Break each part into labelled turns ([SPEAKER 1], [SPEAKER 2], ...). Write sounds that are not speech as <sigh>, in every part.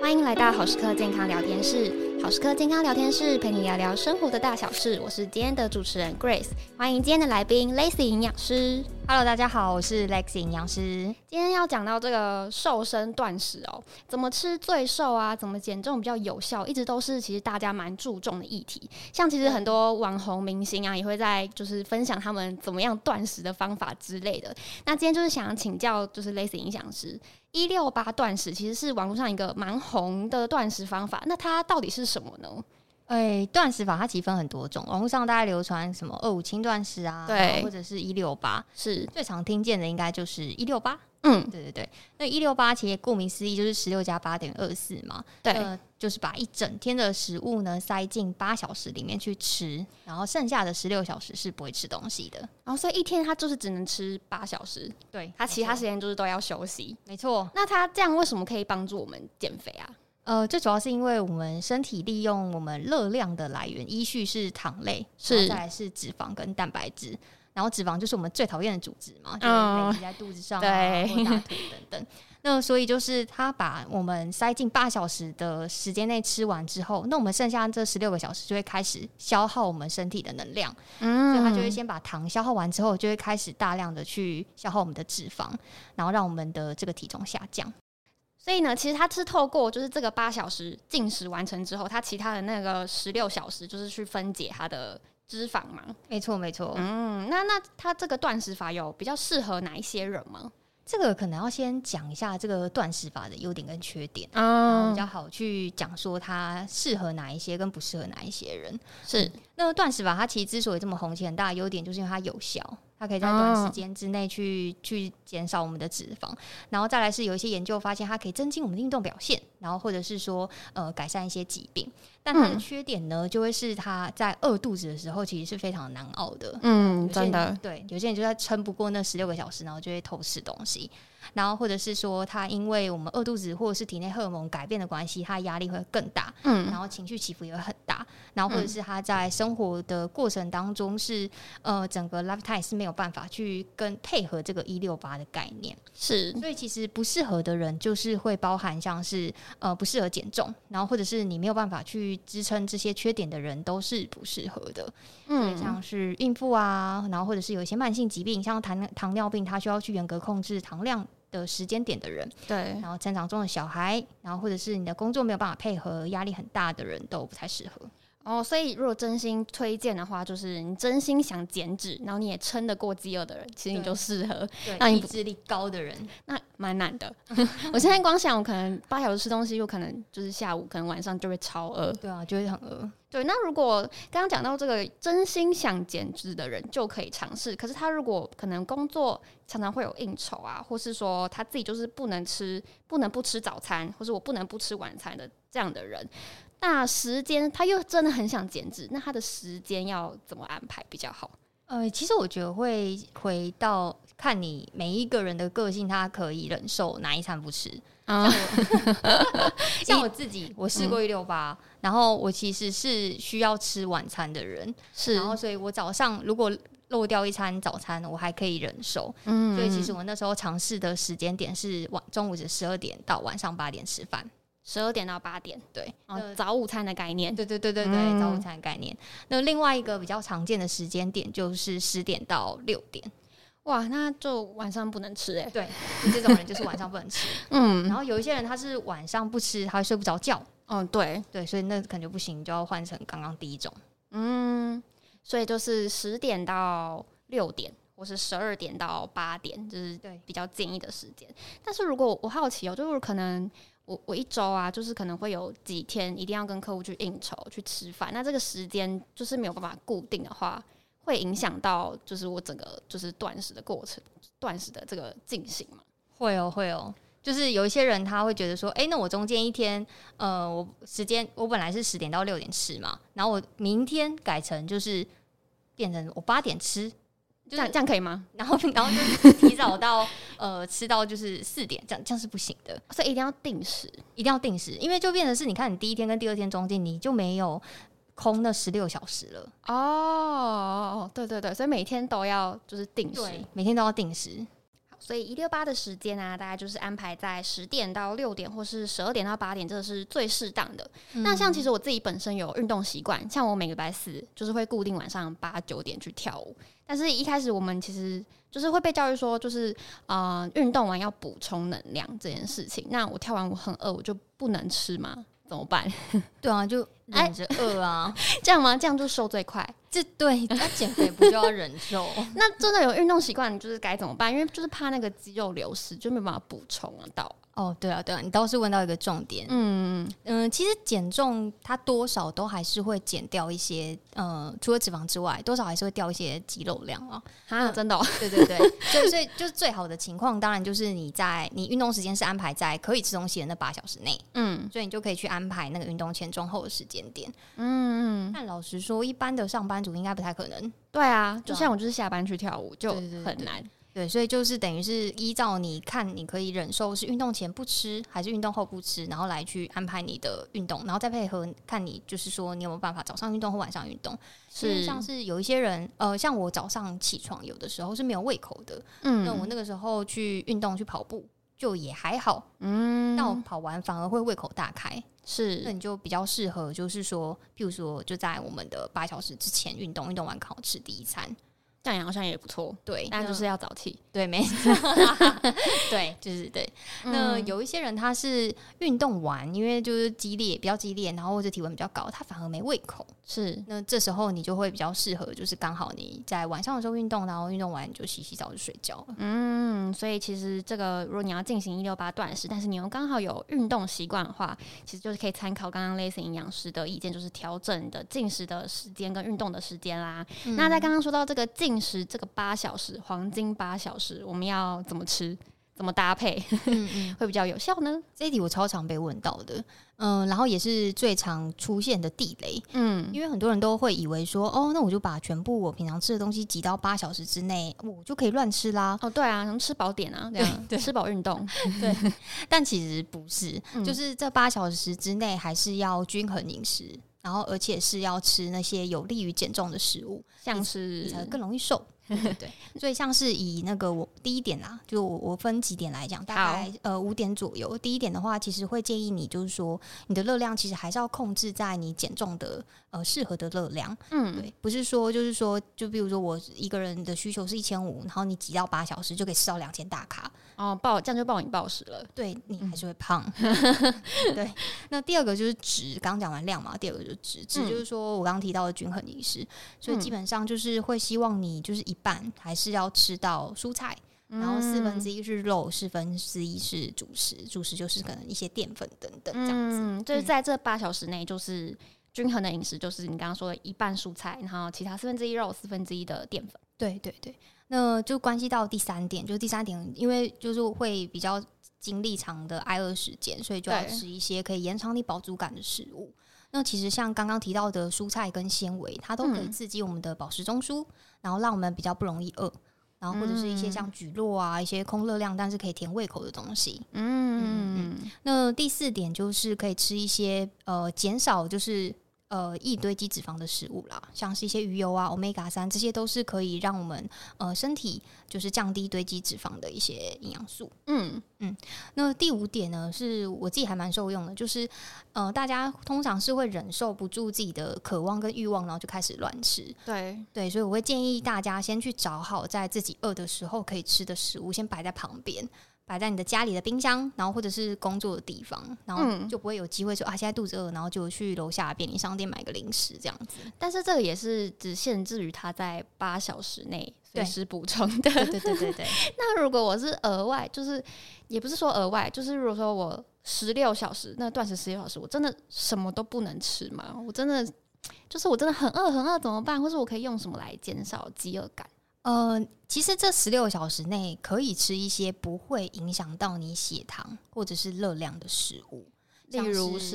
[SPEAKER 1] 欢迎来到好时刻健康聊天室。好时刻健康聊天室陪你聊聊生活的大小事。我是今天的主持人 Grace，欢迎今天的来宾 Lacy 营养师。
[SPEAKER 2] Hello，大家好，我是 Lexi 营养师。
[SPEAKER 1] 今天要讲到这个瘦身断食哦，怎么吃最瘦啊？怎么减重比较有效？一直都是其实大家蛮注重的议题。像其实很多网红明星啊，也会在就是分享他们怎么样断食的方法之类的。那今天就是想请教，就是 Lacy 营养师，一六八断食其实是网络上一个蛮红的断食方法，那它到底是什么呢？
[SPEAKER 2] 哎，断食法它其实分很多种，网络上大概流传什么二五轻断食啊，
[SPEAKER 1] 对
[SPEAKER 2] 或者是一六八，
[SPEAKER 1] 是
[SPEAKER 2] 最常听见的应该就是一六八。
[SPEAKER 1] 嗯，
[SPEAKER 2] 对对对，那一六八其实顾名思义就是十六加八等于二四嘛，
[SPEAKER 1] 对，
[SPEAKER 2] 呃，就是把一整天的食物呢塞进八小时里面去吃，然后剩下的十六小时是不会吃东西的。
[SPEAKER 1] 然后所以一天他就是只能吃八小时，
[SPEAKER 2] 对，
[SPEAKER 1] 他其他
[SPEAKER 2] 没
[SPEAKER 1] 时
[SPEAKER 2] 错
[SPEAKER 1] 间就是都要休息。
[SPEAKER 2] 没错，
[SPEAKER 1] 那他这样为什么可以帮助我们减肥啊？
[SPEAKER 2] 呃，最主要是因为我们身体利用我们热量的来源，依序是糖类，然后
[SPEAKER 1] 是
[SPEAKER 2] 再来是脂肪跟蛋白质。然后脂肪就是我们最讨厌的组织嘛，就
[SPEAKER 1] 嗯
[SPEAKER 2] 是累积在肚子上、啊、
[SPEAKER 1] 对
[SPEAKER 2] 或大腿等等。那所以就是它把我们塞进八小时的时间内吃完之后，那我们剩下这十六个小时就会开始消耗我们身体的能量，所
[SPEAKER 1] 嗯
[SPEAKER 2] 以它就会先把糖消耗完之后，就会开始大量的去消耗我们的脂肪，然后让我们的这个体重下降。
[SPEAKER 1] 所以呢，其实它是透过就是这个八小时进食完成之后，它其他的那个十六小时就是去分解它的脂肪嘛。
[SPEAKER 2] 没错，没错。
[SPEAKER 1] 嗯，那那它这个断食法有比较适合哪一些人吗？
[SPEAKER 2] 这个可能要先讲一下这个断食法的优点跟缺点，然后
[SPEAKER 1] 嗯
[SPEAKER 2] 比较好去讲说它适合哪一些跟不适合哪一些人。
[SPEAKER 1] 是
[SPEAKER 2] 那断食法它其实之所以这么红，其实很大的优点就是因为它有效，它可以在短时间之内去、去减少我们的脂肪，然后再来是有一些研究发现它可以增进我们的运动表现，然后或者是说呃改善一些疾病。但它的
[SPEAKER 1] 嗯
[SPEAKER 2] 缺点呢，就会是它在饿肚子的时候其实是非常难熬的，
[SPEAKER 1] 嗯
[SPEAKER 2] 有些人，对，有些人就在撑不过那十六个小时，然后就会偷吃东西，然后或者是说他因为我们饿肚子或者是体内荷尔蒙改变的关系，他的压力会更大，
[SPEAKER 1] 嗯
[SPEAKER 2] 然后情绪起伏也会很大，然后或者是他在生活的过程当中是呃整个 lifetime 是没有办法去跟配合这个一六八的概念，
[SPEAKER 1] 是
[SPEAKER 2] 所以其实不适合的人就是会包含像是呃不适合减重，然后或者是你没有办法去支撑这些缺点的人都是不适合的。对，
[SPEAKER 1] 嗯
[SPEAKER 2] 像是孕妇啊，然后或者是有一些慢性疾病，像糖糖尿病，它需要去严格控制糖量的时间点的人，
[SPEAKER 1] 对
[SPEAKER 2] 然后成长中的小孩，然后或者是你的工作没有办法配合，压力很大的人都不太适合。
[SPEAKER 1] 哦，所以如果真心推荐的话，就是你真心想减脂，然后你也撑得过饥饿的人，其实你
[SPEAKER 2] 对
[SPEAKER 1] 就适合。
[SPEAKER 2] 对
[SPEAKER 1] 那你
[SPEAKER 2] 意志力高的人，
[SPEAKER 1] 那蛮难 <laughs> 的。我现在光想，我可能八小时吃东西，我可能就是下午，可能晚上就会超饿。
[SPEAKER 2] 对啊，就会很饿。
[SPEAKER 1] 对，那如果刚刚讲到这个真心想减脂的人，就可以尝试。可是他如果可能工作常常会有应酬啊，或是说他自己就是不能吃，不能不吃早餐，或是我不能不吃晚餐的这样的人，那时间他又真的很想减脂，那他的时间要怎么安排比较好？
[SPEAKER 2] 呃，其实我觉得会回到看你每一个人的个性，他可以忍受哪一餐不吃。
[SPEAKER 1] 啊、
[SPEAKER 2] 像我自己，嗯我试过一六八，然后我其实是需要吃晚餐的人，
[SPEAKER 1] 是
[SPEAKER 2] 然，后所以我早上如果漏掉一餐早餐，我还可以忍受。
[SPEAKER 1] 嗯
[SPEAKER 2] 所以其实我那时候尝试的时间点是晚中午的十二点到晚上八点吃饭。
[SPEAKER 1] 十二点到八点，
[SPEAKER 2] 对，
[SPEAKER 1] 哦
[SPEAKER 2] 呃
[SPEAKER 1] 早午餐的概念，
[SPEAKER 2] 对对对对对，
[SPEAKER 1] 嗯
[SPEAKER 2] 早午餐概念。那另外一个比较常见的时间点就是十点到六点。
[SPEAKER 1] 哇，那就晚上不能吃哎、
[SPEAKER 2] 对，这种人就是晚上不能吃。然
[SPEAKER 1] 嗯，
[SPEAKER 2] 后有一些人他是晚上不吃，他会睡不着觉。
[SPEAKER 1] 哦，对，
[SPEAKER 2] 对，所以那可能就不行，就要换成刚刚第一种。
[SPEAKER 1] 嗯，所以就是十点到六点，或是十二点到八点，就是
[SPEAKER 2] 对
[SPEAKER 1] 比较建议的时间。但是如果我好奇哦，就是可能我我一周啊，就是可能会有几天一定要跟客户去应酬去吃饭，那这个时间就是没有办法固定的话，会影响到就是我整个就是断食的过程，断食的这个进行嘛。
[SPEAKER 2] 会哦，会哦。就是有一些人他会觉得说，哎、那我中间一天，呃，我时间我本来是十点到六点吃嘛，然后我明天改成就是变成我八点吃，
[SPEAKER 1] 这
[SPEAKER 2] 就
[SPEAKER 1] 样
[SPEAKER 2] 是
[SPEAKER 1] 这样可以吗？
[SPEAKER 2] 然后然后就是提早到呃吃到就是四点，这样这样是不行的，
[SPEAKER 1] 所以一定要定时。
[SPEAKER 2] 一定要定时，因为就变成是你看你第一天跟第二天中间你就没有空那十六小时了，
[SPEAKER 1] 哦哦，对对对，所以每天都要就是定时。
[SPEAKER 2] 每天都要定时。
[SPEAKER 1] 所以一六八的时间啊，大概就是安排在十点到六点，或是十二点到八点，这个是最适当的。
[SPEAKER 2] 嗯
[SPEAKER 1] 那像其实我自己本身有运动习惯，像我每个礼拜四就是会固定晚上八九点去跳舞。但是一开始我们其实就是会被教育说，就是呃运动完要补充能量这件事情。那我跳完我很饿，我就不能吃吗？怎么办？ <laughs>
[SPEAKER 2] 对啊，就忍着饿啊，
[SPEAKER 1] 这样吗？这样就瘦最快。
[SPEAKER 2] <laughs> 这对，那减肥不就要忍受？
[SPEAKER 1] 那真的有运动习惯，就是该怎么办？因为就是怕那个肌肉流失，就没办法补充啊到。
[SPEAKER 2] 哦，对啊，对啊，你倒是问到一个重点。
[SPEAKER 1] 嗯，
[SPEAKER 2] 嗯，其实减重它多少都还是会减掉一些，呃，除了脂肪之外，多少还是会掉一些肌肉量啊。
[SPEAKER 1] 啊，真的、哦，
[SPEAKER 2] 对对
[SPEAKER 1] <laughs>
[SPEAKER 2] 对，所以所以就是最好的情况，当然就是你在你运动时间是安排在可以吃东西的那八小时内，
[SPEAKER 1] 嗯
[SPEAKER 2] 所以你就可以去安排那个运动前、中、后的时间点。
[SPEAKER 1] 嗯嗯，
[SPEAKER 2] 但老实说，一般的上班族应该不太可能。
[SPEAKER 1] 对啊，
[SPEAKER 2] 对
[SPEAKER 1] 就
[SPEAKER 2] 啊
[SPEAKER 1] 像我就是下班去跳舞就
[SPEAKER 2] 对对对
[SPEAKER 1] 很
[SPEAKER 2] 对
[SPEAKER 1] 难。
[SPEAKER 2] 对，所以就是等于是依照你看，你可以忍受是运动前不吃，还是运动后不吃，然后来去安排你的运动，然后再配合看你就是说你有没有办法早上运动或晚上运动。因为
[SPEAKER 1] 是，
[SPEAKER 2] 像是有一些人，呃，像我早上起床有的时候是没有胃口的，那
[SPEAKER 1] 嗯
[SPEAKER 2] 我那个时候去运动去跑步就也还好，
[SPEAKER 1] 嗯，
[SPEAKER 2] 但我跑完反而会胃口大开。那
[SPEAKER 1] 是
[SPEAKER 2] 你就比较适合，就是说，譬如说，就在我们的八小时之前运动，运动完刚好吃第一餐。
[SPEAKER 1] 这样好像也不错，
[SPEAKER 2] 对，
[SPEAKER 1] 但就
[SPEAKER 2] 那
[SPEAKER 1] 是要早起。
[SPEAKER 2] 对，没错，对，就是对。那
[SPEAKER 1] 嗯
[SPEAKER 2] 有一些人他是运动完，因为就是激烈，比较激烈，然后或者体温比较高，他反而没胃口。
[SPEAKER 1] 是
[SPEAKER 2] 那这时候你就会比较适合，就是刚好你在晚上的时候运动，然后运动完你就洗洗澡就睡觉了。
[SPEAKER 1] 嗯，所以其实这个如果你要进行一六八断食，但是你又刚好有运动习惯的话，其实就是可以参考刚刚 Lacy 营养师的意见，就是调整你的进食的时间跟运动的时间啦。那
[SPEAKER 2] 嗯
[SPEAKER 1] 在刚刚说到这个进食这个八小时黄金八小时，我们要怎么吃？怎么搭配
[SPEAKER 2] 嗯嗯，
[SPEAKER 1] <laughs> 会比较有效呢？
[SPEAKER 2] 这一题我超常被问到的，嗯，然后也是最常出现的地雷。
[SPEAKER 1] 嗯，
[SPEAKER 2] 因为很多人都会以为说，哦，那我就把全部我平常吃的东西挤到八小时之内，我就可以乱吃啦。
[SPEAKER 1] 哦，对啊，什么吃饱点啊，这样吃饱运动，
[SPEAKER 2] 但其实不是，
[SPEAKER 1] 嗯
[SPEAKER 2] 就是这八小时之内还是要均衡饮食，然后而且是要吃那些有利于减重的食物，
[SPEAKER 1] 像
[SPEAKER 2] 你
[SPEAKER 1] 是
[SPEAKER 2] 才更容易瘦。对对对，所以像是以那个我第一点啦，就我我分几点来讲，大概呃五点左右。第一点的话，其实会建议你就是说，你的热量其实还是要控制在你减重的呃适合的热量。
[SPEAKER 1] 嗯，
[SPEAKER 2] 对，不是说就是说，就比如说我一个人的需求是一千五，然后你挤到八小时就可以吃到两千大卡，
[SPEAKER 1] 哦，暴这样就暴饮暴食了，
[SPEAKER 2] 对你还是会胖。对，那第二个就是值，刚讲完量嘛，第二个就是值，值就是说我刚刚提到的均衡饮食，所以基本上就是会希望你就是一半还是要吃到蔬菜。然
[SPEAKER 1] 嗯
[SPEAKER 2] 后四分之一是肉，四分之一是主食，主食就是可能一些淀粉等等这样子。
[SPEAKER 1] 嗯，就是
[SPEAKER 2] 嗯
[SPEAKER 1] 在这八小时内，就是均衡的饮食，就是你刚刚说的一半蔬菜，然后其他四分之一肉，四分之一的淀粉。
[SPEAKER 2] 对对对，那就关系到第三点，就是第三点，因为就是会比较经历长的挨饿时间，所以就要
[SPEAKER 1] 对
[SPEAKER 2] 吃一些可以延长你饱足感的食物。那其实像刚刚提到的蔬菜跟纤维，它都可以
[SPEAKER 1] 嗯
[SPEAKER 2] 刺激我们的饱食中枢，然后让我们比较不容易饿。然后或者是一些
[SPEAKER 1] 嗯
[SPEAKER 2] 像菊络啊，一些空热量但是可以填胃口的东西。
[SPEAKER 1] 嗯嗯
[SPEAKER 2] 那第四点就是可以吃一些呃减少就是呃易堆积脂肪的食物啦，像是一些鱼油啊、omega 三，这些都是可以让我们呃身体就是降低堆积脂肪的一些营养素。
[SPEAKER 1] 嗯，
[SPEAKER 2] 那第五点呢，是我自己还蛮受用的，就是呃大家通常是会忍受不住自己的渴望跟欲望，然后就开始乱吃。
[SPEAKER 1] 对，
[SPEAKER 2] 对，所以我会建议大家先去找好在自己饿的时候可以吃的食物，先摆在旁边，摆在你的家里的冰箱，然后或者是工作的地方，然后
[SPEAKER 1] 嗯
[SPEAKER 2] 就不会有机会说啊，现在肚子饿，然后就去楼下便利商店买个零食这样子。
[SPEAKER 1] 但是这个也是只限制于它在八小时内随
[SPEAKER 2] 对
[SPEAKER 1] 时补充的。
[SPEAKER 2] 对对对对对，
[SPEAKER 1] 那如果我是额外，就是也不是说额外，就是如果说我十六小时那断食十六小时，我真的什么都不能吃吗？我真的就是我真的很饿很饿怎么办？或是我可以用什么来减少饥饿感？
[SPEAKER 2] 呃，其实这十六小时内可以吃一些不会影响到你血糖或者是热量的食物，
[SPEAKER 1] 例
[SPEAKER 2] 像
[SPEAKER 1] 如
[SPEAKER 2] 是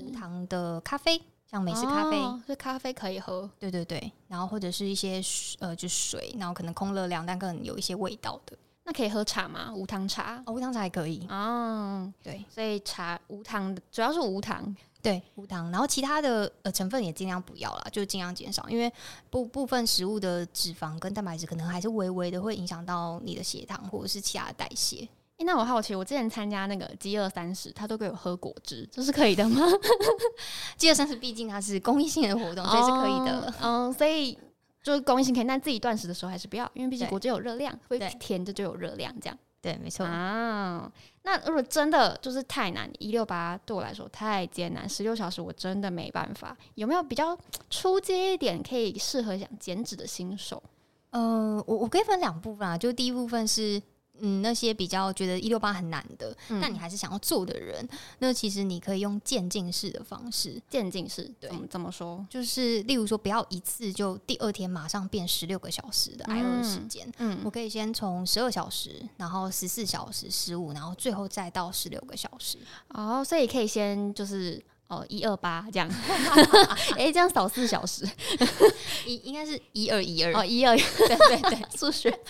[SPEAKER 1] 是
[SPEAKER 2] 无糖的咖啡，像美式咖啡。
[SPEAKER 1] 哦，是咖啡可以喝。
[SPEAKER 2] 对对对，然后或者是一些水呃，就水，然后可能空热量，但可能有一些味道的。
[SPEAKER 1] 那可以喝茶吗？无糖茶
[SPEAKER 2] 哦，无糖茶还可以，
[SPEAKER 1] 哦，
[SPEAKER 2] 对
[SPEAKER 1] 所以茶无糖的主要是无糖，
[SPEAKER 2] 对，无糖。然后其他的呃成分也尽量不要啦，就尽量减少，因为部部分食物的脂肪跟蛋白质可能还是微微的会影响到你的血糖或者是其他的代谢。
[SPEAKER 1] 欸、那我好奇，我之前参加那个饥饿三十，他都给我喝果汁，这是可以的吗？
[SPEAKER 2] 饥饿三十毕竟它是公益性的活动，所以是可以的。
[SPEAKER 1] 哦。嗯，所以就是公益性可以，但自己断食的时候还是不要，因为毕竟
[SPEAKER 2] 对
[SPEAKER 1] 果汁有热量，会
[SPEAKER 2] 对
[SPEAKER 1] 甜的就有热量这样。
[SPEAKER 2] 对，没错。
[SPEAKER 1] 啊，那如果真的就是太难，一六八对我来说太艰难，十六小时我真的没办法。有没有比较出街一点，可以适合想减脂的新手？
[SPEAKER 2] 呃，我我可以分两部分啊，就第一部分是。嗯，那些比较觉得一六八很难的，
[SPEAKER 1] 嗯
[SPEAKER 2] 但你还是想要做的人，那其实你可以用渐进式的方式，
[SPEAKER 1] 渐进式，
[SPEAKER 2] 对
[SPEAKER 1] 怎么怎么说？
[SPEAKER 2] 就是例如说，不要一次就第二天马上变十六个小时的 I O 时
[SPEAKER 1] 嗯
[SPEAKER 2] 间，
[SPEAKER 1] 嗯
[SPEAKER 2] 我可以先从十二小时，然后十四小时、十五，然后最后再到十六个小时。
[SPEAKER 1] 哦，所以可以先就是哦一二八
[SPEAKER 2] <laughs>
[SPEAKER 1] 这样，哎、这样少四小时
[SPEAKER 2] 一应该是一二一二，
[SPEAKER 1] 哦，一二
[SPEAKER 2] 对对 <laughs> 对
[SPEAKER 1] 数学， <laughs>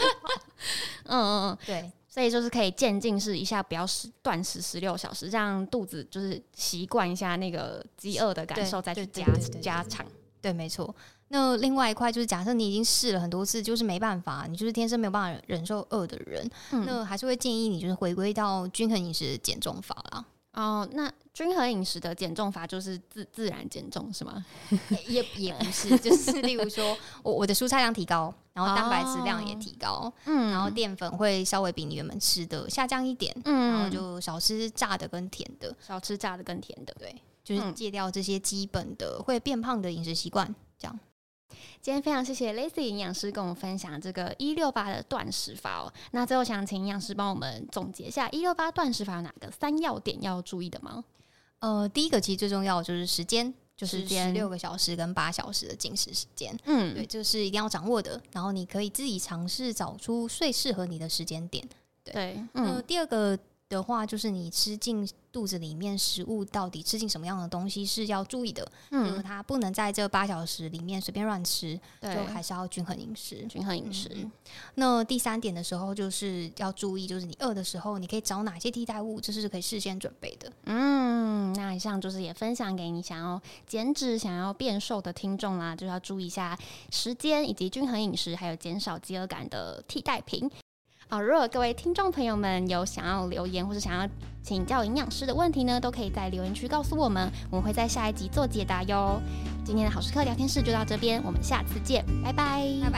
[SPEAKER 1] 嗯嗯嗯，
[SPEAKER 2] 对
[SPEAKER 1] 所以就是可以渐进式一下，不要食断食十六小时，让肚子就是习惯一下那个饥饿的感受，再
[SPEAKER 2] 对
[SPEAKER 1] 去
[SPEAKER 2] 对
[SPEAKER 1] 加
[SPEAKER 2] 对对对
[SPEAKER 1] 加长。
[SPEAKER 2] 对，没错。那另外一块就是，假设你已经试了很多次，就是没办法，你就是天生没有办法忍受饿的人，
[SPEAKER 1] 嗯，
[SPEAKER 2] 那还是会建议你就是回归到均衡饮食的减重法啦。
[SPEAKER 1] 哦，那均衡饮食的减重法就是自自然减重是吗？
[SPEAKER 2] 也也不是，就是例如说， <laughs> 我我的蔬菜量提高，然后蛋白质量也
[SPEAKER 1] 哦
[SPEAKER 2] 提高，
[SPEAKER 1] 嗯
[SPEAKER 2] 然后淀粉会稍微比你原本吃的下降一点，然后
[SPEAKER 1] 嗯，
[SPEAKER 2] 就少吃炸的跟甜的，
[SPEAKER 1] 少吃炸的跟甜的。
[SPEAKER 2] 对，就是
[SPEAKER 1] 嗯
[SPEAKER 2] 戒掉这些基本的会变胖的饮食习惯。
[SPEAKER 1] 今天非常谢谢 Lacy 营养师跟我们分享这个一六八的断食法哦。那最后想请营养师帮我们总结一下一六八断食法有哪个三要点要注意的吗？
[SPEAKER 2] 呃，第一个其实最重要的就是时间，就是
[SPEAKER 1] 时
[SPEAKER 2] 十
[SPEAKER 1] 间
[SPEAKER 2] 六个小时跟八小时的进食时间，
[SPEAKER 1] 嗯，
[SPEAKER 2] 对，这是一定要掌握的。然后你可以自己尝试找出最适合你的时间点。
[SPEAKER 1] 对，
[SPEAKER 2] 呃，
[SPEAKER 1] 嗯
[SPEAKER 2] 第二个的话就是你吃进肚子里面食物到底吃进什么样的东西是要注意的，就是
[SPEAKER 1] 嗯，
[SPEAKER 2] 它不能在这八小时里面随便乱吃，就
[SPEAKER 1] 对，
[SPEAKER 2] 还是要均衡饮食。
[SPEAKER 1] 均衡饮食，
[SPEAKER 2] 嗯那第三点的时候，就是要注意，就是你饿的时候，你可以找哪些替代物，这是可以事先准备的。
[SPEAKER 1] 嗯，那以上就是也分享给你想要减脂、想要变瘦的听众啦，就要注意一下时间以及均衡饮食，还有减少饥饿感的替代品。啊、如果各位听众朋友们有想要留言或是想要请教营养师的问题呢，都可以在留言区告诉我们，我们会在下一集做解答哟。今天的好时刻聊天室就到这边，我们下次见，拜拜，
[SPEAKER 2] 拜拜。